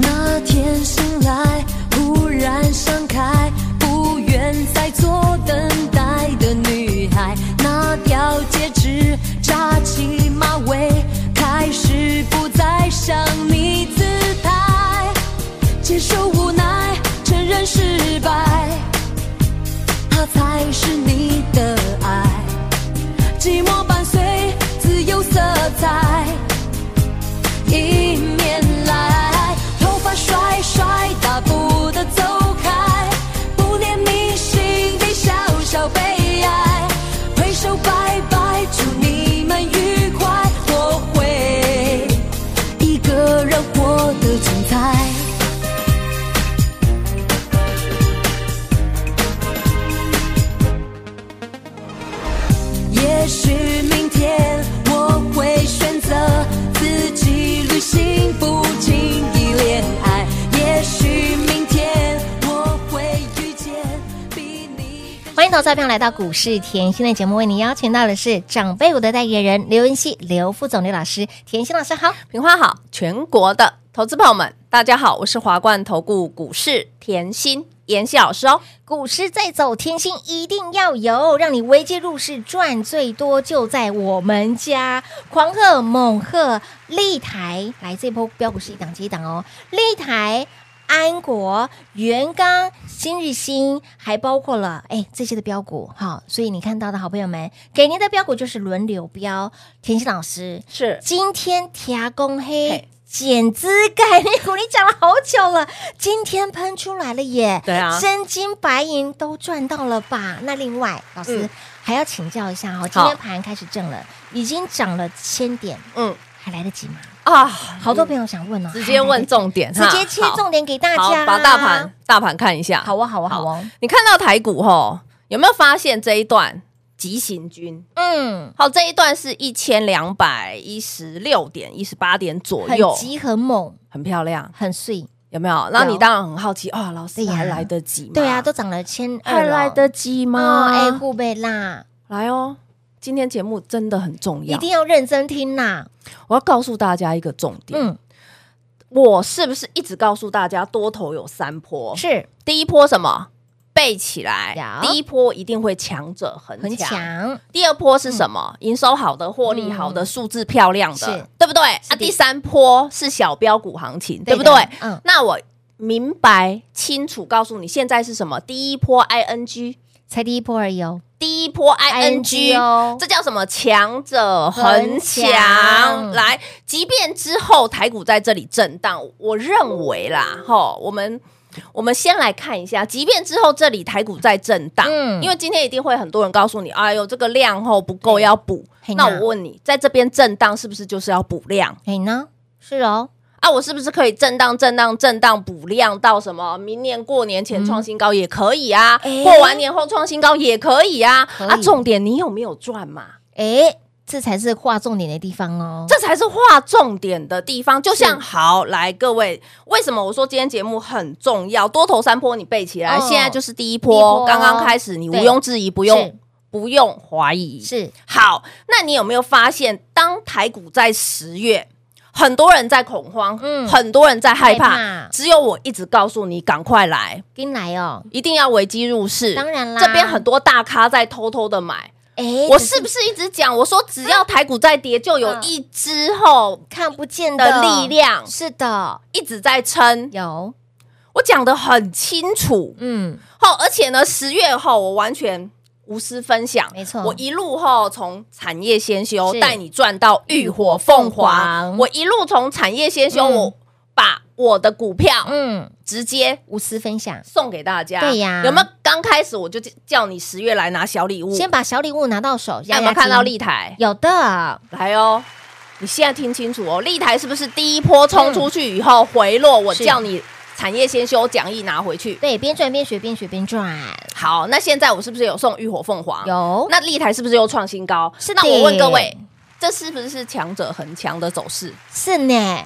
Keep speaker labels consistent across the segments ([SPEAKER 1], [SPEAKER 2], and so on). [SPEAKER 1] 那天醒来，忽然想开，不愿再做等待的女孩。拿掉戒指，扎起马尾，开始不再想你姿态，接受无奈，承认失败，他才是你的爱。寂寞伴随自由色彩，迎面来，头发甩甩，大步的走开，不念你心底小小悲哀，挥手拜拜，祝你们愉快，我会一个人活得精彩。也许明天我会选择自己旅行，不轻易恋爱。也许明天我会遇见比你更。
[SPEAKER 2] 欢迎投资者朋友来到股市甜心的节目，为您邀请到的是长辈股的代言人刘文熙、刘副总、刘老师。甜心老师好，
[SPEAKER 3] 平花好，全国的投资朋友们，大家好，我是华冠投顾股市甜心妍希老师哦。
[SPEAKER 2] 股市在走，甜心一定要有，让你危机入市赚最多，就在我们家。狂贺、猛贺、立台，来这波标股是一档接一档哦，立台。安国、元刚、新日新，还包括了哎这些的标股，好，所以你看到的好朋友们，给您的标股就是轮流标。甜心老师
[SPEAKER 3] 是
[SPEAKER 2] 今天天公黑
[SPEAKER 3] 嘿
[SPEAKER 2] 减资概念股，你讲了好久了，今天喷出来了耶！
[SPEAKER 3] 对啊
[SPEAKER 2] 真金白银都赚到了吧？那另外，老师、
[SPEAKER 3] 嗯
[SPEAKER 2] 还要请教一下哦，今天盘开始正了，已经涨了千点，
[SPEAKER 3] 嗯
[SPEAKER 2] 还来得及吗？
[SPEAKER 3] 啊，
[SPEAKER 2] 好多朋友想问哦，
[SPEAKER 3] 直接问重点，
[SPEAKER 2] 还来得及，直接切重
[SPEAKER 3] 点啊
[SPEAKER 2] 点给大
[SPEAKER 3] 好，
[SPEAKER 2] 家，
[SPEAKER 3] 把大盘。大盘看一下。
[SPEAKER 2] 好啊，好啊，好啊，
[SPEAKER 3] 你看到台股吼，有没有发现这一段急行军？
[SPEAKER 2] 嗯，
[SPEAKER 3] 好，这一段是一千两百一十六点、一十八点左
[SPEAKER 2] 很
[SPEAKER 3] 右，
[SPEAKER 2] 急很猛，
[SPEAKER 3] 很漂亮，
[SPEAKER 2] 很碎，
[SPEAKER 3] 有没有？那
[SPEAKER 2] 有
[SPEAKER 3] 你当然很好奇啊，老
[SPEAKER 2] 对
[SPEAKER 3] 师
[SPEAKER 2] 呀
[SPEAKER 3] 还来得及吗？
[SPEAKER 2] 对啊，都涨了千二，
[SPEAKER 3] 还来得及吗？
[SPEAKER 2] 吗？哎，
[SPEAKER 3] 哎，
[SPEAKER 2] 顾贝啦，
[SPEAKER 3] 来哦，今天节目真的很重
[SPEAKER 2] 一
[SPEAKER 3] 要
[SPEAKER 2] 定，要认真听啦，
[SPEAKER 3] 我要告诉大家一个重点。
[SPEAKER 2] 嗯，
[SPEAKER 3] 我是不是一直告诉大家多头有三波？
[SPEAKER 2] 是
[SPEAKER 3] 第一波什么？背起来，
[SPEAKER 2] 有
[SPEAKER 3] 第一波一定会强者恒
[SPEAKER 2] 很
[SPEAKER 3] 强。
[SPEAKER 2] 强，嗯
[SPEAKER 3] 第二波是什么？营收好的、获利好的、数字漂亮
[SPEAKER 2] 是
[SPEAKER 3] 的，对不对？
[SPEAKER 2] 是
[SPEAKER 3] 啊，
[SPEAKER 2] 的
[SPEAKER 3] 第三波是小标股行情，对
[SPEAKER 2] 对
[SPEAKER 3] 不
[SPEAKER 2] 的
[SPEAKER 3] 对？
[SPEAKER 2] 嗯
[SPEAKER 3] 那我明白清楚告诉你，现在是什么？第一波 ING，
[SPEAKER 2] 才第一波而已哦，
[SPEAKER 3] 第一波
[SPEAKER 2] ING
[SPEAKER 3] ING
[SPEAKER 2] 哦
[SPEAKER 3] 这叫什么？强者
[SPEAKER 2] 恒
[SPEAKER 3] 恒
[SPEAKER 2] 强
[SPEAKER 3] 强。来，即便之后台股在这里震荡，我认为啦，吼，我们我们先来看一下，即便之后这里台股在震荡，
[SPEAKER 2] 嗯
[SPEAKER 3] 因为今天一定会很多人告诉你，哎呦，这个量后不够要补
[SPEAKER 2] 嘿。
[SPEAKER 3] 那
[SPEAKER 2] 呐
[SPEAKER 3] 我问你，在这边震荡是不是就是要补量
[SPEAKER 2] 哎呢，是哦，
[SPEAKER 3] 啊？我是不是可以震荡、震荡、震荡补量到什么？明年过年前创新高也可以啊，
[SPEAKER 2] 哎
[SPEAKER 3] 过完年后创新高也可以啊。
[SPEAKER 2] 可以
[SPEAKER 3] 啊，重点你有没有赚嘛？
[SPEAKER 2] 哎，这才是划重点的地方哦。
[SPEAKER 3] 这才是划重点的地方。就像好来，各位，为什么我说今天节目很重要？多头三波你背起来，
[SPEAKER 2] 嗯
[SPEAKER 3] 现在就是第
[SPEAKER 2] 第
[SPEAKER 3] 一
[SPEAKER 2] 一波啊
[SPEAKER 3] 波，刚刚开始，你毋
[SPEAKER 2] 对
[SPEAKER 3] 庸置疑，不用
[SPEAKER 2] 是
[SPEAKER 3] 不用怀疑。
[SPEAKER 2] 是
[SPEAKER 3] 好，那你有没有发现，当台股在十月？很多人在恐慌，
[SPEAKER 2] 嗯
[SPEAKER 3] 很多人在害怕，
[SPEAKER 2] 害怕
[SPEAKER 3] 只有我一直告诉你，赶快来，
[SPEAKER 2] 跟来哦，
[SPEAKER 3] 一定要危机入市。
[SPEAKER 2] 当然啦
[SPEAKER 3] 这边很多大咖在偷偷的买，
[SPEAKER 2] 哎，
[SPEAKER 3] 我
[SPEAKER 2] 只
[SPEAKER 3] 是不是一直讲？我说只要台股在跌，就有
[SPEAKER 2] 嗯
[SPEAKER 3] 一之后
[SPEAKER 2] 看不见
[SPEAKER 3] 的力量
[SPEAKER 2] 是的，
[SPEAKER 3] 一直在撑。
[SPEAKER 2] 有，
[SPEAKER 3] 我讲的很清楚，
[SPEAKER 2] 嗯，
[SPEAKER 3] 后而且呢，十月后我完全无私分享，
[SPEAKER 2] 没错
[SPEAKER 3] 我一路后从产业先修
[SPEAKER 2] 是
[SPEAKER 3] 带你赚到浴火
[SPEAKER 2] 凤
[SPEAKER 3] 凤
[SPEAKER 2] 凰
[SPEAKER 3] 凰，我一路从产业先修，
[SPEAKER 2] 嗯
[SPEAKER 3] 我把我的股票
[SPEAKER 2] 嗯，
[SPEAKER 3] 直接。
[SPEAKER 2] 无私分享，
[SPEAKER 3] 送给大家，
[SPEAKER 2] 对呀
[SPEAKER 3] 有没有？刚开始我就叫你十月来拿小礼物，哎
[SPEAKER 2] 先把小礼物拿到手，
[SPEAKER 3] 有
[SPEAKER 2] 压
[SPEAKER 3] 没有
[SPEAKER 2] 压
[SPEAKER 3] 看到
[SPEAKER 2] 惊
[SPEAKER 3] 立台？
[SPEAKER 2] 有的，
[SPEAKER 3] 来哦，你现在听清楚哦，立台是不是第一波冲出去以后回落？我
[SPEAKER 2] 嗯是
[SPEAKER 3] 叫你产业先修讲义拿回去。
[SPEAKER 2] 对，边赚边学，边学边赚，
[SPEAKER 3] 好，那现在我是不是有送浴火凤凰？
[SPEAKER 2] 有
[SPEAKER 3] 那立台是不是又创新高？
[SPEAKER 2] 哦是的
[SPEAKER 3] 那我问各位，这是不是强者恒强的走势？
[SPEAKER 2] 是呢，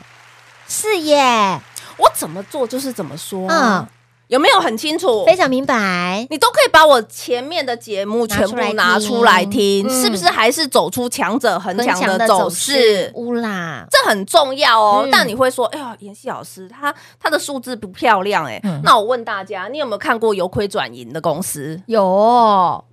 [SPEAKER 2] 是耶，
[SPEAKER 3] 我怎么做就是怎么说、
[SPEAKER 2] 嗯
[SPEAKER 3] 啊，有没有很清楚？
[SPEAKER 2] 非常明白，
[SPEAKER 3] 你都可以把我前面的节目全部
[SPEAKER 2] 拿
[SPEAKER 3] 拿
[SPEAKER 2] 出
[SPEAKER 3] 出
[SPEAKER 2] 来
[SPEAKER 3] 来
[SPEAKER 2] 听嗯
[SPEAKER 3] 听，是不是还是走出强者恒强的走势？
[SPEAKER 2] 乌啦，
[SPEAKER 3] 这很重要哦
[SPEAKER 2] 嗯。
[SPEAKER 3] 但你会说，哎呀，妍希老师，他他的数字不漂亮哎、
[SPEAKER 2] 嗯
[SPEAKER 3] 那我问大家，你有没有看过由亏转盈的公司？
[SPEAKER 2] 有，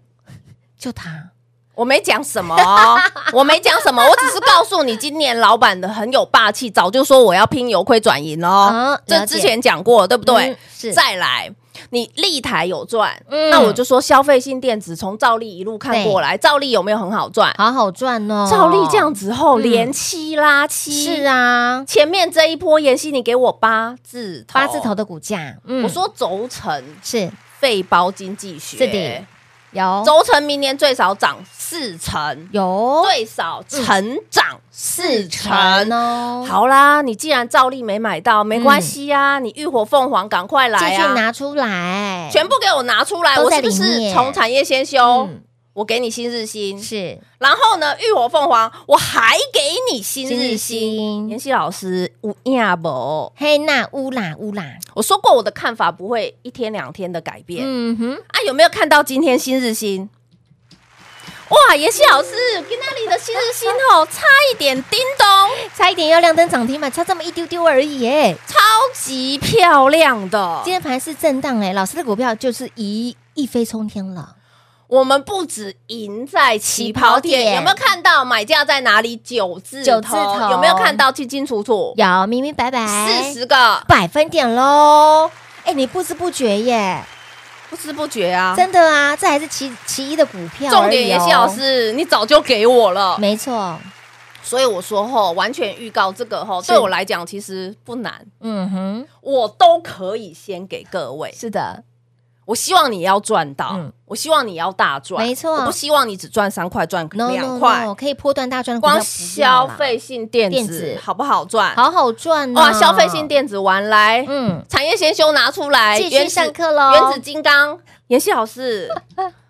[SPEAKER 2] 就他，
[SPEAKER 3] 我没讲什么哦， 我没讲什么，我只是告诉你，今年老板的很有霸气，早就说我要拼由亏转盈
[SPEAKER 2] 嗯
[SPEAKER 3] 哦。
[SPEAKER 2] 了
[SPEAKER 3] 这
[SPEAKER 2] 解
[SPEAKER 3] 之前讲过，对不对
[SPEAKER 2] 嗯？是
[SPEAKER 3] 再来，你立台有赚，
[SPEAKER 2] 嗯
[SPEAKER 3] 那我就说消费性电子从照例一路看过来，照例有没有很好赚？
[SPEAKER 2] 好好赚哦，
[SPEAKER 3] 照例这样子后
[SPEAKER 2] 嗯
[SPEAKER 3] 连七拉七，
[SPEAKER 2] 是啊，
[SPEAKER 3] 前面这一波妍希，你给我八字头，
[SPEAKER 2] 八字头的股价，嗯
[SPEAKER 3] 我说轴承
[SPEAKER 2] 是
[SPEAKER 3] 肺包经济学，
[SPEAKER 2] 是的，哦有
[SPEAKER 3] 轴承明年最少涨四成，
[SPEAKER 2] 有
[SPEAKER 3] 最少成长四成。
[SPEAKER 2] 哦，嗯
[SPEAKER 3] 好啦，你既然照例没买到，没关系啊，你浴火凤凰赶快
[SPEAKER 2] 继
[SPEAKER 3] 来
[SPEAKER 2] 续
[SPEAKER 3] 啊！
[SPEAKER 2] 拿出来，
[SPEAKER 3] 全部给我拿出来，
[SPEAKER 2] 都
[SPEAKER 3] 我
[SPEAKER 2] 在
[SPEAKER 3] 是不
[SPEAKER 2] 里
[SPEAKER 3] 是
[SPEAKER 2] 面
[SPEAKER 3] 从产业先修？
[SPEAKER 2] 嗯
[SPEAKER 3] 我给你新日新，
[SPEAKER 2] 是
[SPEAKER 3] 然后呢，浴火凤凰我还给你新日
[SPEAKER 2] 新日
[SPEAKER 3] 新。
[SPEAKER 2] 新
[SPEAKER 3] 妍希老师，有影不？
[SPEAKER 2] 黑那乌啦乌啦，
[SPEAKER 3] 我说过我的看法不会一天两天的改变、
[SPEAKER 2] 嗯哼，
[SPEAKER 3] 啊，有没有看到今天新日新？哇，妍希老师，跟那里的新日新哦，差一点叮咚，
[SPEAKER 2] 差一点要亮灯涨停板，差这么一丢丢而已耶。
[SPEAKER 3] 超级漂亮的
[SPEAKER 2] 今。天盘是震荡哎，老师的股票就是一一飞冲天了，
[SPEAKER 3] 我们不止赢在起跑点，
[SPEAKER 2] 起跑点
[SPEAKER 3] 有没有看到买价在哪里？九字头，
[SPEAKER 2] 九字头哎
[SPEAKER 3] 有没有看到清清楚楚？
[SPEAKER 2] 有明明白白
[SPEAKER 3] 四十个，
[SPEAKER 2] 百分点喽。哎，你不知不觉耶，
[SPEAKER 3] 不知不觉啊！
[SPEAKER 2] 真的哦啊，这还是其其一的股票、
[SPEAKER 3] 重点妍希老，师，你早就给我了，
[SPEAKER 2] 没错，
[SPEAKER 3] 所以我说吼，完全预告这个吼，
[SPEAKER 2] 是
[SPEAKER 3] 对我来讲其实不难。
[SPEAKER 2] 嗯哼，
[SPEAKER 3] 我都可以先给各位。
[SPEAKER 2] 是的，
[SPEAKER 3] 我希望你要赚到，
[SPEAKER 2] 嗯
[SPEAKER 3] 我希望你要大赚，
[SPEAKER 2] 没错
[SPEAKER 3] 我不希望你只赚三块，赚
[SPEAKER 2] no
[SPEAKER 3] 两
[SPEAKER 2] no
[SPEAKER 3] 块。
[SPEAKER 2] no，可以波段大赚的股票不要
[SPEAKER 3] 光消
[SPEAKER 2] 啦，
[SPEAKER 3] 费性电子
[SPEAKER 2] 电子
[SPEAKER 3] 好不好赚？
[SPEAKER 2] 好好赚哦
[SPEAKER 3] 哇，消费性，电子玩来，
[SPEAKER 2] 嗯，
[SPEAKER 3] 产业先修拿出来，
[SPEAKER 2] 继续
[SPEAKER 3] 原子
[SPEAKER 2] 上课喽，
[SPEAKER 3] 原子金刚，哦妍希老 师。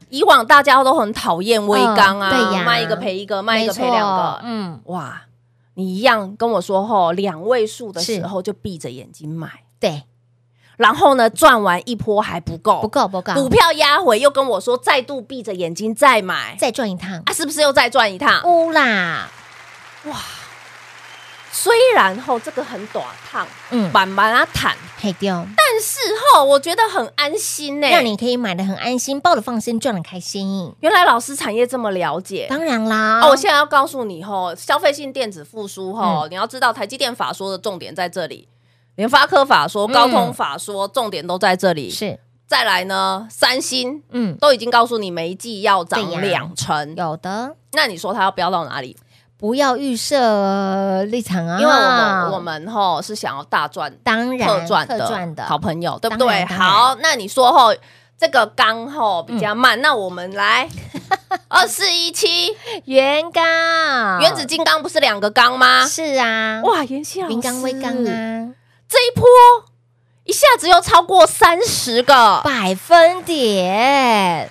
[SPEAKER 3] 以往大家都很讨厌微钢啊，
[SPEAKER 2] 嗯对呀
[SPEAKER 3] 卖一个赔一个，卖一
[SPEAKER 2] 没
[SPEAKER 3] 个
[SPEAKER 2] 错
[SPEAKER 3] 赔两个，
[SPEAKER 2] 嗯，
[SPEAKER 3] 哇，你一样跟我说吼，两位数的
[SPEAKER 2] 是
[SPEAKER 3] 时候就闭着眼睛买，
[SPEAKER 2] 对，
[SPEAKER 3] 然后呢赚完一波还不够，
[SPEAKER 2] 不够不够，
[SPEAKER 3] 股票压回又跟我说再度闭着眼睛再买，
[SPEAKER 2] 再赚一趟，
[SPEAKER 3] 啊，是不是又再赚一趟？
[SPEAKER 2] 乌啦，
[SPEAKER 3] 虽然后这个很短烫，
[SPEAKER 2] 嗯，
[SPEAKER 3] 慢慢啊坦，
[SPEAKER 2] 黑掉，
[SPEAKER 3] 但是后我觉得很安心欸呢、
[SPEAKER 2] 让你可以买的很安心，抱的放心，赚的开心，
[SPEAKER 3] 原来老师产业这么了解。
[SPEAKER 2] 当然啦，
[SPEAKER 3] 哦，我现在要告诉你吼，消费性电子复苏
[SPEAKER 2] 嗯
[SPEAKER 3] 吼，你要知道台积电法说的重点在这里，联发科法说、高通法说重点都在这里。
[SPEAKER 2] 是，
[SPEAKER 3] 再来呢，三星
[SPEAKER 2] 嗯，
[SPEAKER 3] 都已经告诉你每一季要涨
[SPEAKER 2] 对呀
[SPEAKER 3] 两成，
[SPEAKER 2] 有的。
[SPEAKER 3] 那你说它要飙到哪里？
[SPEAKER 2] 不要预设立场啊，
[SPEAKER 3] 因为我们我们吼是想要大赚、
[SPEAKER 2] 当然
[SPEAKER 3] 特赚
[SPEAKER 2] 特赚的
[SPEAKER 3] 好朋友，对不
[SPEAKER 2] 当然
[SPEAKER 3] 对？
[SPEAKER 2] 当然嗯
[SPEAKER 3] 好，那你说吼这个刚吼比较慢，那我 们来二四一七
[SPEAKER 2] 原刚
[SPEAKER 3] 原子金刚啊不是两个刚吗？
[SPEAKER 2] 是啊，
[SPEAKER 3] 哇，妍希老师，
[SPEAKER 2] 云刚微刚，啊，
[SPEAKER 3] 这一波一下子又超过三十个。
[SPEAKER 2] 百分点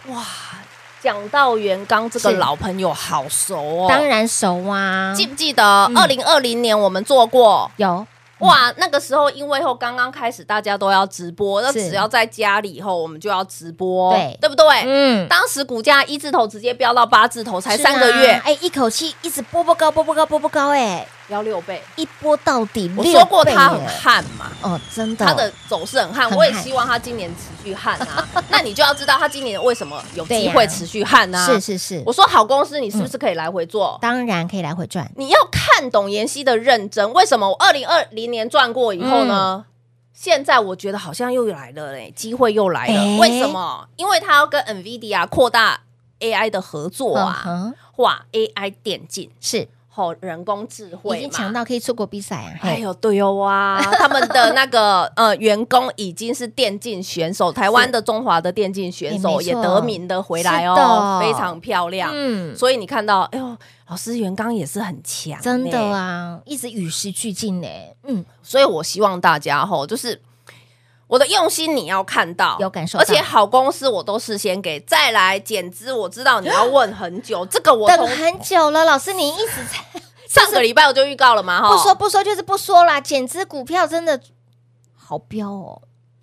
[SPEAKER 3] 讲到元刚这个
[SPEAKER 2] 是
[SPEAKER 3] 老朋友好熟哦，
[SPEAKER 2] 当然熟啊，
[SPEAKER 3] 记不记得
[SPEAKER 2] 嗯
[SPEAKER 3] 二零二零年我们做过？
[SPEAKER 2] 有
[SPEAKER 3] 哇，那个时候因为后刚刚开始，大家都要直播，那
[SPEAKER 2] 是
[SPEAKER 3] 只要在家里以后，我们就要直播，
[SPEAKER 2] 对
[SPEAKER 3] 对不对？
[SPEAKER 2] 嗯，
[SPEAKER 3] 当时股价一字头直接飙到八字头，才
[SPEAKER 2] 是啊
[SPEAKER 3] 三个月，
[SPEAKER 2] 哎，一口气一直波波高，波波高，波波高，哎，
[SPEAKER 3] 飙六倍。
[SPEAKER 2] 一波到底六
[SPEAKER 3] 我
[SPEAKER 2] 倍耶，
[SPEAKER 3] 说过它很悍嘛，
[SPEAKER 2] 哦，真的，
[SPEAKER 3] 它的走势很悍，
[SPEAKER 2] 很
[SPEAKER 3] 我也
[SPEAKER 2] 悍
[SPEAKER 3] 希望它今年持续悍啊。 那你就要知道它今年为什么有
[SPEAKER 2] 对
[SPEAKER 3] 机
[SPEAKER 2] 呀
[SPEAKER 3] 会持续悍啊。
[SPEAKER 2] 是是是
[SPEAKER 3] 我，说好公司，你是不是可以来回做？
[SPEAKER 2] 当然可以来回赚，
[SPEAKER 3] 你要看懂妍希的认真。为什么我二零二零年赚过以后
[SPEAKER 2] 嗯
[SPEAKER 3] 呢？现在我觉得好像又来了嘞、机会又来了。
[SPEAKER 2] 哎
[SPEAKER 3] 为什么？因为他要跟 NVIDIA 扩大 AI 的合作啊，
[SPEAKER 2] 嗯哼
[SPEAKER 3] 哇，AI 电竞，
[SPEAKER 2] 是
[SPEAKER 3] 吼，人工智
[SPEAKER 2] 已
[SPEAKER 3] 慧
[SPEAKER 2] 经
[SPEAKER 3] 嘛
[SPEAKER 2] 强。到可以出国比赛啊，
[SPEAKER 3] 哎
[SPEAKER 2] 嘿，
[SPEAKER 3] 呦，对哦哇，他们的那 个呃员工已经是电竞选手，台湾的中华的电竞选
[SPEAKER 2] 哎
[SPEAKER 3] 手
[SPEAKER 2] 没错
[SPEAKER 3] 也得名的回来
[SPEAKER 2] 是的
[SPEAKER 3] 哦，非常漂亮。
[SPEAKER 2] 嗯，
[SPEAKER 3] 所以你看到，哎呦，老师袁刚也是很强、
[SPEAKER 2] 真啊的。啊，一直与时俱进呢，嗯，
[SPEAKER 3] 所以我希望大家吼，就是我的用心你要看到，
[SPEAKER 2] 有感受到
[SPEAKER 3] 而且好公司我都事先给，再来减资，我知道你要问很久，这个我
[SPEAKER 2] 等
[SPEAKER 3] 从
[SPEAKER 2] 很久了，老师你一直在
[SPEAKER 3] 上个礼拜我就预告了嘛，哈，
[SPEAKER 2] 不说不说就是不说啦。减资股票真的好彪哦，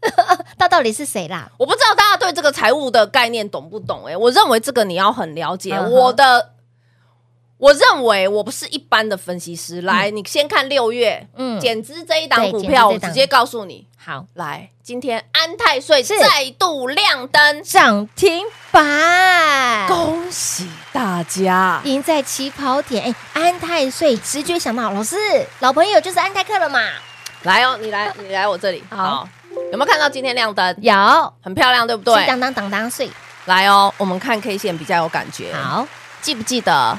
[SPEAKER 2] 他到底是谁啦？
[SPEAKER 3] 我不知道大家对这个财务的概念懂不懂、欸？哎，我认为这个你要很了解。
[SPEAKER 2] 嗯哼
[SPEAKER 3] 我的，我认为我不是一般的分析师。来，你先看六月，
[SPEAKER 2] 嗯
[SPEAKER 3] 嗯，减资这一档
[SPEAKER 2] 对
[SPEAKER 3] 股
[SPEAKER 2] 减资这
[SPEAKER 3] 票，我
[SPEAKER 2] 档
[SPEAKER 3] 直接告诉你，
[SPEAKER 2] 好，
[SPEAKER 3] 来，今天安泰税
[SPEAKER 2] 是
[SPEAKER 3] 再度亮灯，
[SPEAKER 2] 涨停板。
[SPEAKER 3] 恭喜大家！
[SPEAKER 2] 赢在起跑点，哎，安泰税直觉想到，老师老朋友就是安泰克了嘛？
[SPEAKER 3] 来哦，你来，你来我这里，
[SPEAKER 2] 好
[SPEAKER 3] 好，有没有看到今天亮灯？
[SPEAKER 2] 有，
[SPEAKER 3] 很漂亮，对不
[SPEAKER 2] 是
[SPEAKER 3] 对？
[SPEAKER 2] 当当当当税，
[SPEAKER 3] 来哦，我们看 K 线比较有感觉。
[SPEAKER 2] 好，
[SPEAKER 3] 记不记得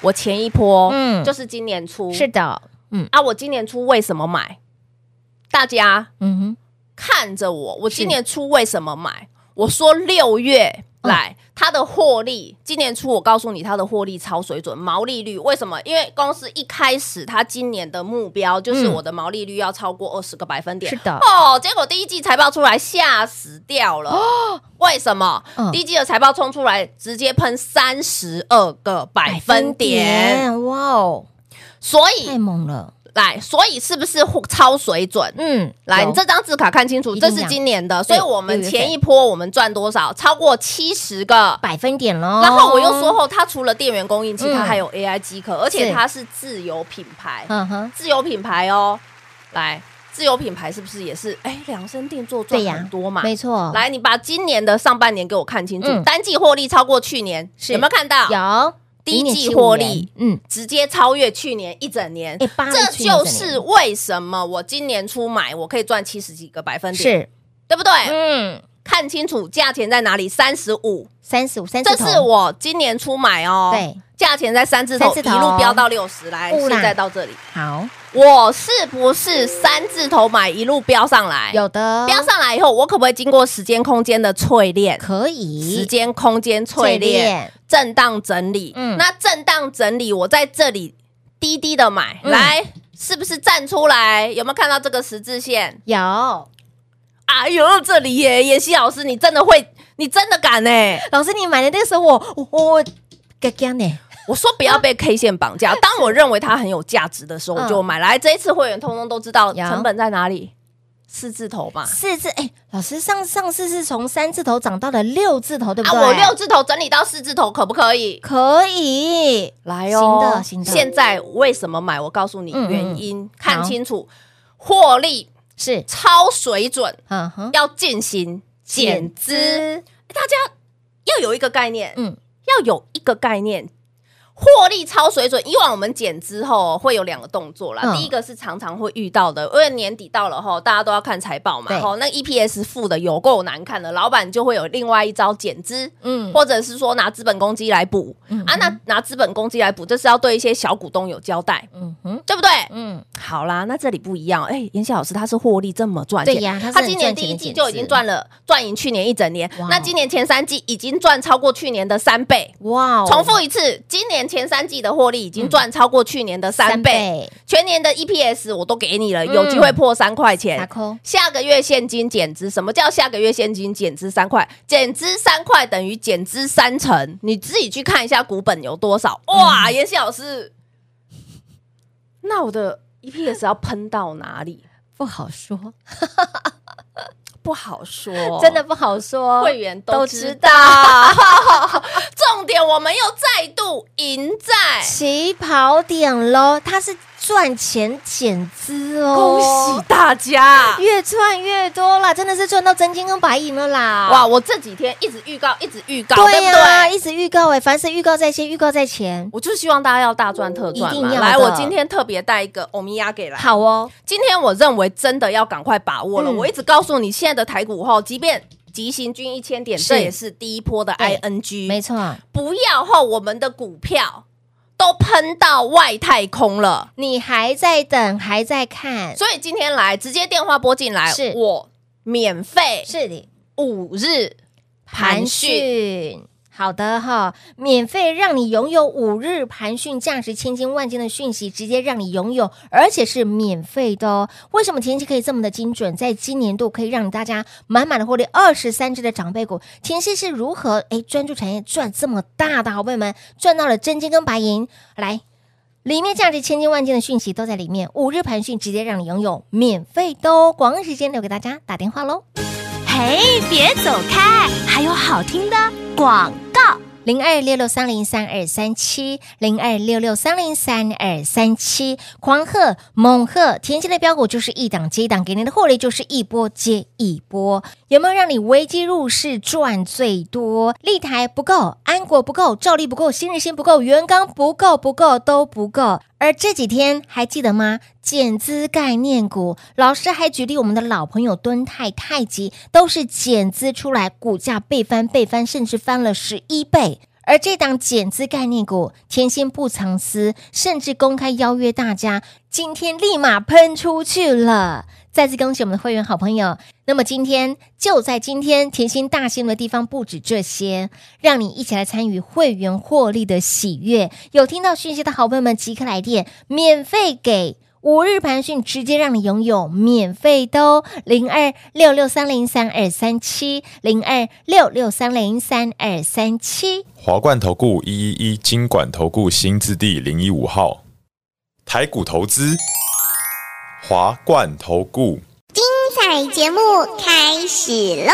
[SPEAKER 3] 我前一波，
[SPEAKER 2] 嗯
[SPEAKER 3] 嗯，就是今年初，
[SPEAKER 2] 是的，
[SPEAKER 3] 啊，我今年初为什么买？大家
[SPEAKER 2] 嗯哼，
[SPEAKER 3] 看着我，我
[SPEAKER 2] 是
[SPEAKER 3] 今年初为什么买？我说六月
[SPEAKER 2] 嗯
[SPEAKER 3] 来，它的获利，今年初我告诉你，它的获利超水准，毛利率为什么？因为公司一开始它今年的目标就是
[SPEAKER 2] 嗯
[SPEAKER 3] 我的毛利率要超过二十个百分点
[SPEAKER 2] 是，的，
[SPEAKER 3] 哦，结果第一季财报出来吓死掉了。为什么？
[SPEAKER 2] 哦嗯
[SPEAKER 3] 第一季的财报冲出来，直接喷三十二个百分点，，
[SPEAKER 2] 哇哦，
[SPEAKER 3] 所
[SPEAKER 2] 太
[SPEAKER 3] 以
[SPEAKER 2] 猛了，
[SPEAKER 3] 来，所以是不是超水准？
[SPEAKER 2] 嗯，
[SPEAKER 3] 来，
[SPEAKER 2] 有
[SPEAKER 3] 你这张字卡看清楚，
[SPEAKER 2] 一定
[SPEAKER 3] 这
[SPEAKER 2] 要
[SPEAKER 3] 是今年的，所以我们
[SPEAKER 2] 六月份
[SPEAKER 3] 前一波我们赚多少？超过七十个。
[SPEAKER 2] 百分点喽。
[SPEAKER 3] 然后我又说，后，它除了电源供应器，
[SPEAKER 2] 哦嗯
[SPEAKER 3] 它还有 AI 机壳，而且
[SPEAKER 2] 是
[SPEAKER 3] 它是自有品牌。
[SPEAKER 2] 嗯哼，
[SPEAKER 3] 自有品牌哦。来，自有品牌是不是也是？哎，量身定做赚
[SPEAKER 2] 对呀
[SPEAKER 3] 很多嘛。
[SPEAKER 2] 没错，
[SPEAKER 3] 来，你把今年的上半年给我看清楚，
[SPEAKER 2] 嗯
[SPEAKER 3] 单季获利超过去年，
[SPEAKER 2] 是
[SPEAKER 3] 有没有看到？
[SPEAKER 2] 有
[SPEAKER 3] 第一季获利
[SPEAKER 2] 0.75元嗯，
[SPEAKER 3] 直接超越去年一整年。
[SPEAKER 2] 哎八
[SPEAKER 3] 这
[SPEAKER 2] 位去年整
[SPEAKER 3] 就
[SPEAKER 2] 年
[SPEAKER 3] 是为什么我今年初买，我可以赚七十几个百分点，
[SPEAKER 2] 是，
[SPEAKER 3] 对不对？
[SPEAKER 2] 嗯，
[SPEAKER 3] 看清楚价钱在哪里，三十五，
[SPEAKER 2] 三十五，三
[SPEAKER 3] 这是我今年初买哦。
[SPEAKER 2] 对，
[SPEAKER 3] 价钱在三字头，
[SPEAKER 2] 三字头
[SPEAKER 3] 一路飙到六十，来，
[SPEAKER 2] 不啦
[SPEAKER 3] 现在到这里，
[SPEAKER 2] 好
[SPEAKER 3] 我是不是三字头买一路飙上来？
[SPEAKER 2] 有的
[SPEAKER 3] 飙上来以后，我哎可不可以经过时间空间的淬炼？
[SPEAKER 2] 可
[SPEAKER 3] 时
[SPEAKER 2] 以
[SPEAKER 3] 间空间淬炼，，震荡整理。
[SPEAKER 2] 嗯
[SPEAKER 3] 那震荡整理，我在这里低低的买，
[SPEAKER 2] 嗯
[SPEAKER 3] 来，是不是站出来？有没有看到这个十字线？
[SPEAKER 2] 有。
[SPEAKER 3] 哎呦，这里耶，妍希老师，你真的会，你真的敢呢、欸
[SPEAKER 2] 老师，你买的那个时候我，我我我嘎嘎呢？
[SPEAKER 3] 我说不要被 K 线绑 架。当我认为它很有价值的时候，
[SPEAKER 2] 嗯
[SPEAKER 3] 我就买来。这一次会员通通都知道
[SPEAKER 2] 有
[SPEAKER 3] 成本在哪里，四字头嘛。
[SPEAKER 2] 四字哎，老师上上次是从三字头涨到了六字头，对不
[SPEAKER 3] 啊，
[SPEAKER 2] 对？
[SPEAKER 3] 我六字头整理到四字头，可不可以？
[SPEAKER 2] 可以，
[SPEAKER 3] 来
[SPEAKER 2] 行哦的行的
[SPEAKER 3] 现在为什么买？我告诉你
[SPEAKER 2] 嗯嗯
[SPEAKER 3] 原因，看清楚，获利
[SPEAKER 2] 是，
[SPEAKER 3] 超水准，
[SPEAKER 2] 嗯哼，
[SPEAKER 3] 要进行减资，，大家要有一个概念，
[SPEAKER 2] 嗯
[SPEAKER 3] 嗯，要有一个概念。获利超水准，以往我们减资后会有两个动作啦。
[SPEAKER 2] 嗯
[SPEAKER 3] 第一个是常常会遇到的，因为年底到了后，大家都要看财报嘛
[SPEAKER 2] 对，
[SPEAKER 3] 吼，那 E EPS 负的有够难看的，老板就会有另外一招减资，
[SPEAKER 2] 嗯，
[SPEAKER 3] 或者是说拿资本公积来补、啊，那拿资本公积来补，这是要对一些小股东有交代，
[SPEAKER 2] 嗯哼，
[SPEAKER 3] 对不对？
[SPEAKER 2] 嗯，
[SPEAKER 3] 好啦，那这里不一样，哎、妍希老师他是获利这么赚钱，
[SPEAKER 2] 对呀，
[SPEAKER 3] 他
[SPEAKER 2] 他
[SPEAKER 3] 今年第一季就已经赚
[SPEAKER 2] 了，
[SPEAKER 3] 了，赚赢去年一整年
[SPEAKER 2] 哇哦。
[SPEAKER 3] 那今年前三季已经赚超过去年的三倍。
[SPEAKER 2] 哇哦，嗯
[SPEAKER 3] 重复一次，今年前三季的获利已经赚超过去年的三倍，，全年的 EPS 我都给你了，有机会破三块
[SPEAKER 2] 打
[SPEAKER 3] 钱。
[SPEAKER 2] 嗯扣，
[SPEAKER 3] 下个月现金减资，什么叫下个月现金减资三块？减资三块等于减资三成，你自己去看一下股本有多少。哇，
[SPEAKER 2] 嗯
[SPEAKER 3] 妍希老师，那我的 EPS 要喷到哪里？
[SPEAKER 2] 不好
[SPEAKER 3] 哦
[SPEAKER 2] 说，
[SPEAKER 3] 不好说，
[SPEAKER 2] 真的不好说，
[SPEAKER 3] 会员都
[SPEAKER 2] 哦都
[SPEAKER 3] 知
[SPEAKER 2] 知
[SPEAKER 3] 道。 重点，我们又再度赢在
[SPEAKER 2] 起跑点喽，他是赚钱减资哦，
[SPEAKER 3] 大家！
[SPEAKER 2] 越赚越多啦，真的是赚到真金跟白银了啦！
[SPEAKER 3] 哇，，我这几天一直预告，一直预告，对
[SPEAKER 2] 对
[SPEAKER 3] 不
[SPEAKER 2] 呀、
[SPEAKER 3] 对？
[SPEAKER 2] 一直预告哎、凡是预告在先，预告在前，
[SPEAKER 3] 我就希望大家要大赚特赚
[SPEAKER 2] 一定
[SPEAKER 3] 嘛
[SPEAKER 2] 要的
[SPEAKER 3] 来，我今天特别带一个欧米亚给来。
[SPEAKER 2] 好哦，
[SPEAKER 3] 今天我认为真的要赶快把握了。
[SPEAKER 2] 嗯
[SPEAKER 3] 我一直告诉你，现在的台股后，即便急行军一千点，
[SPEAKER 2] 是
[SPEAKER 3] 这也是第一波的
[SPEAKER 2] 对
[SPEAKER 3] ING，
[SPEAKER 2] 没错，
[SPEAKER 3] 不要后我们的股票都喷到外太空了。
[SPEAKER 2] 你还在等，还在看，
[SPEAKER 3] 所以今天来直接电话拨进来，
[SPEAKER 2] 是
[SPEAKER 3] 我免费
[SPEAKER 2] 是的，
[SPEAKER 3] 五日盘
[SPEAKER 2] 盘
[SPEAKER 3] 讯。
[SPEAKER 2] 讯好的哈，免费让你拥有五日盘讯价值千金万金的讯息，直接让你拥有，而且是免费的哦。为什么甜心可以这么的精准？在今年度可以让大家满满的获利二十三只的长辈股，甜心是如何哎专注产业赚这么大的好朋友们赚到了真金跟白银来。里面价值千金万金的讯息都在里面，五日盘讯直接让你拥有免费的哦！广告时间留给大家打电话喽。
[SPEAKER 4] 嘿，别走开，还有好听的广告。
[SPEAKER 2] 零二六六三零三二三七，零二六六三零三二三七，狂贺猛贺，甜心的标股就是一档接一档，给您的获利就是一波接一波，有没有让你危机入市赚最多？立台不够，安国不够，照例不够，新日新不够，元刚不够，不够都不够。而这几天还记得吗？减资概念股，老师还举例我们的老朋友敦泰、太极，都是减资出来，股价倍翻、倍翻，甚至翻了十一倍。而这档减资概念股，甜心不藏私，甚至公开邀约大家，今天立马喷出去了。再次恭喜我们的会员好朋友。那么今天就在今天，甜心大新闻的地方不止这些，让你一起来参与会员获利的喜悦。有听到讯息的好朋友们，即刻来电，免费给。五日盘讯直接让你拥有免费的哦，零二六六三零三二三七，零二六六三零三二三七。
[SPEAKER 5] 华冠投顾一一一金管投顾新字第零一五号，台股投资，华冠投顾。
[SPEAKER 6] 彩节目开始喽！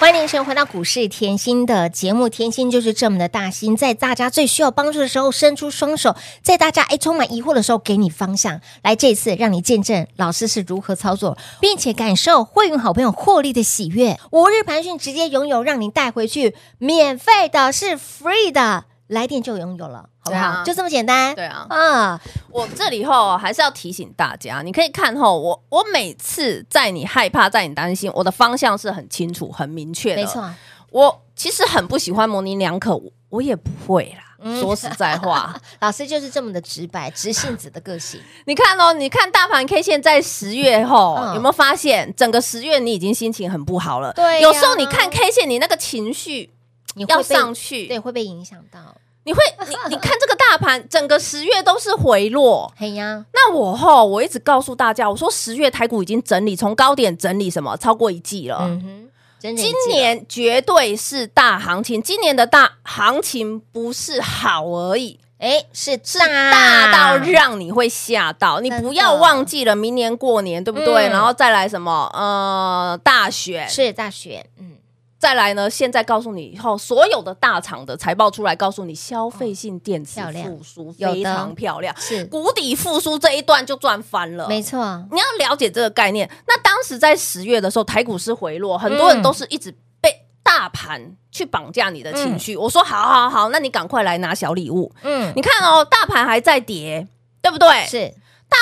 [SPEAKER 2] 欢迎收回到股市甜心的节目，甜心就是这么的大心，在大家最需要帮助的时候伸出双手，在大家哎充满疑惑的时候给你方向。来，这一次让你见证老师是如何操作，并且感受会员好朋友获利的喜悦。五日盘讯直接拥有，让你带回去，免费的是 free 的，来电就拥有了，好不好？
[SPEAKER 3] 对啊
[SPEAKER 2] 就这么简单。
[SPEAKER 3] 对啊
[SPEAKER 2] 啊，
[SPEAKER 3] 我这里后还是要提醒大家，你可以看后我，我每次在你害怕、在你担心，我的方向是很清楚、很明确的。
[SPEAKER 2] 没，错，
[SPEAKER 3] 我其实很不喜欢模棱两可，我我也不会啦。
[SPEAKER 2] 嗯
[SPEAKER 3] 说实在话，
[SPEAKER 2] 老师就是这么的直白，直性子的个性。
[SPEAKER 3] 你看哦，你看大盘 K 线在十月后、
[SPEAKER 2] 嗯
[SPEAKER 3] 有没有发现，整个十月你已经心情很不好了。
[SPEAKER 2] 对呀
[SPEAKER 3] 有时候你看 K 线，你那个情绪
[SPEAKER 2] 你会
[SPEAKER 3] 要
[SPEAKER 2] 被
[SPEAKER 3] 上去，
[SPEAKER 2] 对，会被影响到。
[SPEAKER 3] 你会你你看这个大盘，整个十月都是回落。
[SPEAKER 2] 嘿呀，
[SPEAKER 3] 那我吼，我一直告诉大家，我说十月台股已经整理，从高点整理什么超过一季了。
[SPEAKER 2] 嗯哼，真的已
[SPEAKER 3] 今
[SPEAKER 2] 经
[SPEAKER 3] 年绝对是大行情，今年的大行情不是好而已，
[SPEAKER 2] 哎是
[SPEAKER 3] 是
[SPEAKER 2] 大
[SPEAKER 3] 大到让你会吓到。你不要忘记了，明年过年对不对？
[SPEAKER 2] 嗯
[SPEAKER 3] 然后再来什么呃大选，
[SPEAKER 2] 是大选，嗯，
[SPEAKER 3] 再来呢？现在告诉你以后，所有的大厂的财报出来，告诉你消费性电子
[SPEAKER 2] 哦漂亮
[SPEAKER 3] 复苏
[SPEAKER 2] 有的
[SPEAKER 3] 非常漂亮，
[SPEAKER 2] 是
[SPEAKER 3] 谷底复苏这一段就赚翻了，
[SPEAKER 2] 没错，
[SPEAKER 3] 你要了解这个概念。那当时在十月的时候，台股是回落，很多人都是一直被大盘去绑架你的情绪。我说好好好，那你赶快来拿小礼物。
[SPEAKER 2] 嗯，
[SPEAKER 3] 你看哦，大盘还在跌，对不对？
[SPEAKER 2] 是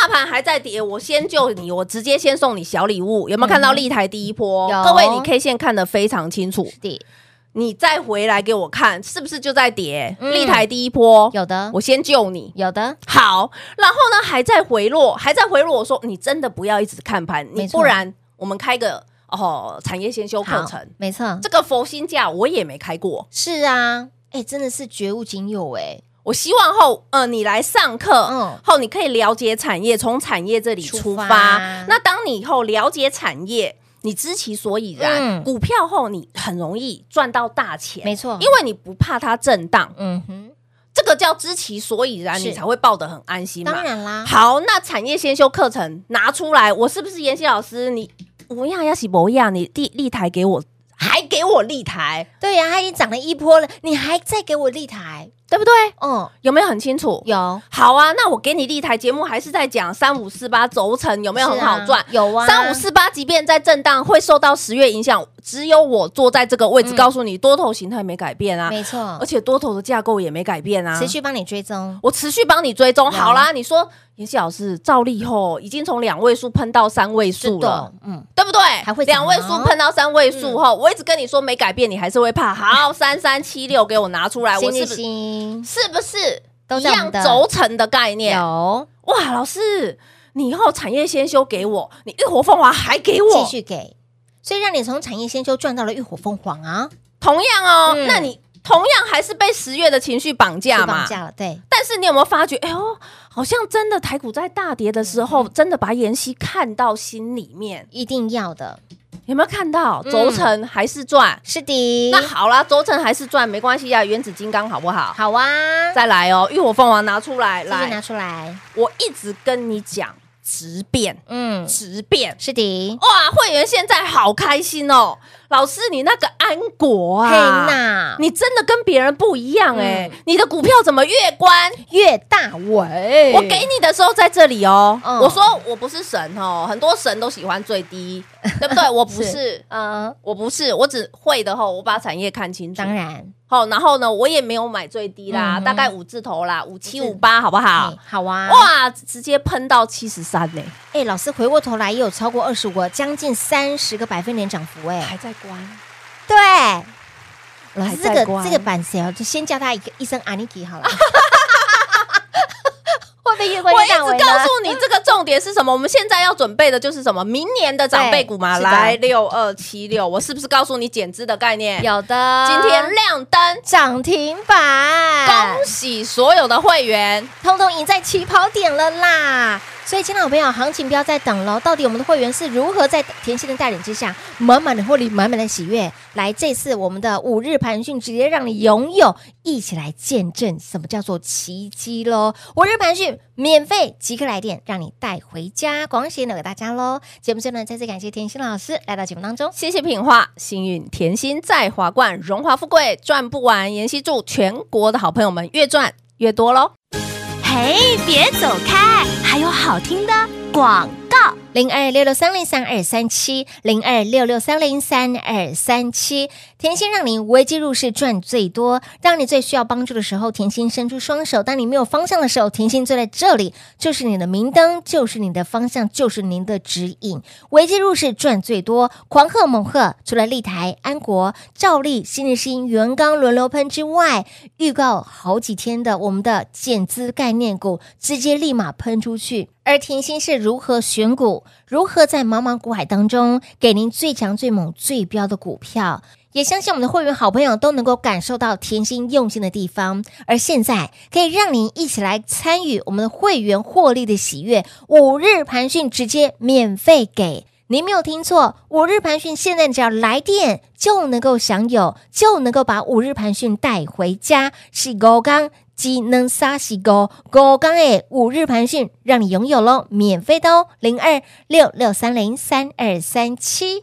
[SPEAKER 3] 大盘还在跌，我先救你，我直接先送你小礼物。有没有看到立台第一波？
[SPEAKER 2] 嗯有
[SPEAKER 3] 各位，你 K 线看得非常清楚，
[SPEAKER 2] 的，
[SPEAKER 3] 你再回来给我看，是不是就在跌？
[SPEAKER 2] 嗯
[SPEAKER 3] 立台第一波
[SPEAKER 2] 有的
[SPEAKER 3] 我先救你。
[SPEAKER 2] 有的，
[SPEAKER 3] 好，然后呢还在回落，还在回落。我说你真的不要一直看盘，
[SPEAKER 2] 没
[SPEAKER 3] 你
[SPEAKER 2] 错
[SPEAKER 3] 不然我们开个哦产业先修课
[SPEAKER 2] 好
[SPEAKER 3] 程，
[SPEAKER 2] 没错，
[SPEAKER 3] 这个佛心价我也没开过。
[SPEAKER 2] 是啊，哎，真的是绝无仅有哎，
[SPEAKER 3] 我希望后呃你来上课，
[SPEAKER 2] 嗯
[SPEAKER 3] 后你可以了解产业，从产业这里
[SPEAKER 2] 出
[SPEAKER 3] 出发。
[SPEAKER 2] 发
[SPEAKER 3] 那当你以后了解产业。你知其所以然，
[SPEAKER 2] 嗯
[SPEAKER 3] 股票后你很容易赚到大钱，
[SPEAKER 2] 没错
[SPEAKER 3] 因为你不怕它震荡，
[SPEAKER 2] 嗯哼，
[SPEAKER 3] 这个叫知其所以然，
[SPEAKER 2] 是
[SPEAKER 3] 你才会抱得很安心嘛。
[SPEAKER 2] 当然啦，
[SPEAKER 3] 好，那产业先修课程拿出来，我是不是妍希老师？你不要要洗不要，你立立台给我，还给我立台，
[SPEAKER 2] 对呀，它已经涨了一波了，你还在给我立台，
[SPEAKER 3] 对不对？
[SPEAKER 2] 嗯，
[SPEAKER 3] 有没有很清楚？
[SPEAKER 2] 有
[SPEAKER 3] 好啊，那我给你立台节目还是在讲三五四八轴承有没有很好赚
[SPEAKER 2] 是啊？有啊，
[SPEAKER 3] 三五四八，即便在震荡会受到十月影响，只有我坐在这个位置，告诉你多头形态没改变啊，
[SPEAKER 2] 嗯没错
[SPEAKER 3] 而，且多头的架构也没改变啊，
[SPEAKER 2] 持续帮你追踪，
[SPEAKER 3] 我持续帮你追踪
[SPEAKER 2] 啊
[SPEAKER 3] 好啦。你说妍希老师，照例后已经从两位数喷到三位
[SPEAKER 2] 是
[SPEAKER 3] 数了
[SPEAKER 2] 的，，嗯，
[SPEAKER 3] 对不对？
[SPEAKER 2] 还会嗯涨
[SPEAKER 3] 两
[SPEAKER 2] 哦
[SPEAKER 3] 位数喷到三位数后，我一直跟你说没改变，你还是会 怕。好，三三七六给我拿出来，我
[SPEAKER 2] 新
[SPEAKER 3] 是
[SPEAKER 2] 日
[SPEAKER 3] 不是
[SPEAKER 2] 新
[SPEAKER 3] 是不是
[SPEAKER 2] 都
[SPEAKER 3] 一
[SPEAKER 2] 在我们
[SPEAKER 3] 样
[SPEAKER 2] 的
[SPEAKER 3] 轴承的概念？
[SPEAKER 2] 有
[SPEAKER 3] 哇，老师，你以后产业先修给我，你浴火凤凰还给
[SPEAKER 2] 继
[SPEAKER 3] 我，
[SPEAKER 2] 续给，所以让你从产业先修赚到了浴火凤凰啊，
[SPEAKER 3] 同样哦，
[SPEAKER 2] 嗯
[SPEAKER 3] 那你同样还是被十月的情绪绑架
[SPEAKER 2] 被
[SPEAKER 3] 嘛
[SPEAKER 2] 绑？架了，对，
[SPEAKER 3] 但是你有没有发觉？哎呦，好像真的台股在大跌的时
[SPEAKER 2] 嗯
[SPEAKER 3] 候，真的把妍希看到心里面，
[SPEAKER 2] 一定要的，
[SPEAKER 3] 有没有看到？
[SPEAKER 2] 嗯
[SPEAKER 3] 轴承还是赚？
[SPEAKER 2] 是的
[SPEAKER 3] 那，好啦，轴承还是赚，没关系呀、原子金刚好不好？
[SPEAKER 2] 好啊，
[SPEAKER 3] 再来哦，浴火凤凰拿出来，
[SPEAKER 2] 继续拿
[SPEAKER 3] 来，
[SPEAKER 2] 出来，
[SPEAKER 3] 我一直跟你讲，直变，
[SPEAKER 2] 嗯，
[SPEAKER 3] 直变。
[SPEAKER 2] 是的，
[SPEAKER 3] 哇，会员现在好开心哦！老师，你那个安国
[SPEAKER 2] 嘿
[SPEAKER 3] 啊，
[SPEAKER 2] 娜
[SPEAKER 3] 你真的跟别人不一样哎、你的股票怎么越关？
[SPEAKER 2] 岳大伟，
[SPEAKER 3] 我给你的时候在这里哦，
[SPEAKER 2] 嗯
[SPEAKER 3] 我说我不是神哦，很多神都喜欢最低，对不对？我不是，
[SPEAKER 2] 呃，
[SPEAKER 3] 我不是，我只会的吼，我把产业看清楚。
[SPEAKER 2] 当，然，
[SPEAKER 3] 好，然后呢，我也没有买最低啦，
[SPEAKER 2] 嗯哼
[SPEAKER 3] 大概五字头啦，五七
[SPEAKER 2] 五字
[SPEAKER 3] 五八，好不好
[SPEAKER 2] 嘿？好啊，哇，
[SPEAKER 3] 哇，直接喷到七十三呢，
[SPEAKER 2] 哎，老师回过头来也有超过二十五，将近三十个百分点涨幅，哎，
[SPEAKER 3] 还在关。
[SPEAKER 2] 对，老
[SPEAKER 3] 还
[SPEAKER 2] 师
[SPEAKER 3] 在
[SPEAKER 2] 这个
[SPEAKER 3] 关
[SPEAKER 2] 这个版谁啊？就先叫他一个一声阿尼基 好了，会不会越关
[SPEAKER 3] 我
[SPEAKER 2] 越
[SPEAKER 3] 一直
[SPEAKER 2] 大
[SPEAKER 3] 告
[SPEAKER 2] 尾呢
[SPEAKER 3] 诉你这个重点是什么，我们现在要准备的就是什么？明年的长辈股嘛，
[SPEAKER 2] 对是的
[SPEAKER 3] 来六二七六，我是不是告诉你减资的概念？
[SPEAKER 2] 有啊的，
[SPEAKER 3] 今天亮灯，
[SPEAKER 2] 涨停板
[SPEAKER 3] 恭，喜所有的会员。
[SPEAKER 2] 通通赢在起跑点了啦！所以，亲爱的朋友，行情不要再等了。到底我们的会员是如何在甜心的带领之下，满满的获利，满满的喜悦？来，这次我们的五日盘讯直接让你拥有，一起来见证什么叫做奇迹喽！五日盘讯免费，即刻来电，让你带回家。广喜呢给大家喽！节目最后呢，再次感谢甜心老师来到节目当中。
[SPEAKER 3] 谢谢品画，幸运甜心在华冠，荣华富贵赚不完。妍希祝全国的好朋友们越赚越多喽！
[SPEAKER 4] 嘿，别走开，还有好听的广告。
[SPEAKER 2] 零二六六三零三二三七，零二六六三零三二三七。甜心让你危机入市赚最多，当你最需要帮助的时候，甜心伸出双手；当你没有方向的时候，甜心就在这里，就是你的明灯，就是你的方向，就是您的指引。危机入市赚最多，狂贺猛贺！除了立台、安国、兆利、新日新、元刚轮流喷之外，预告好几天的我们的减资概念股，直接立马喷出去。而甜心是如何选股，如何在茫茫股海当中给您最强、最猛、最标的股票。也相信我们的会员好朋友都能够感受到甜心用心的地方，而现在可以让您一起来参与我们的会员获利的喜悦。五日盘讯直接免费给。您没有听错，五日盘讯现在只要来电就能够享有，就能够把五日盘讯带回家，是高刚。技能杀西狗狗刚诶，五日盘讯让你拥有喽，免费的哦，零二六六三零三二三七。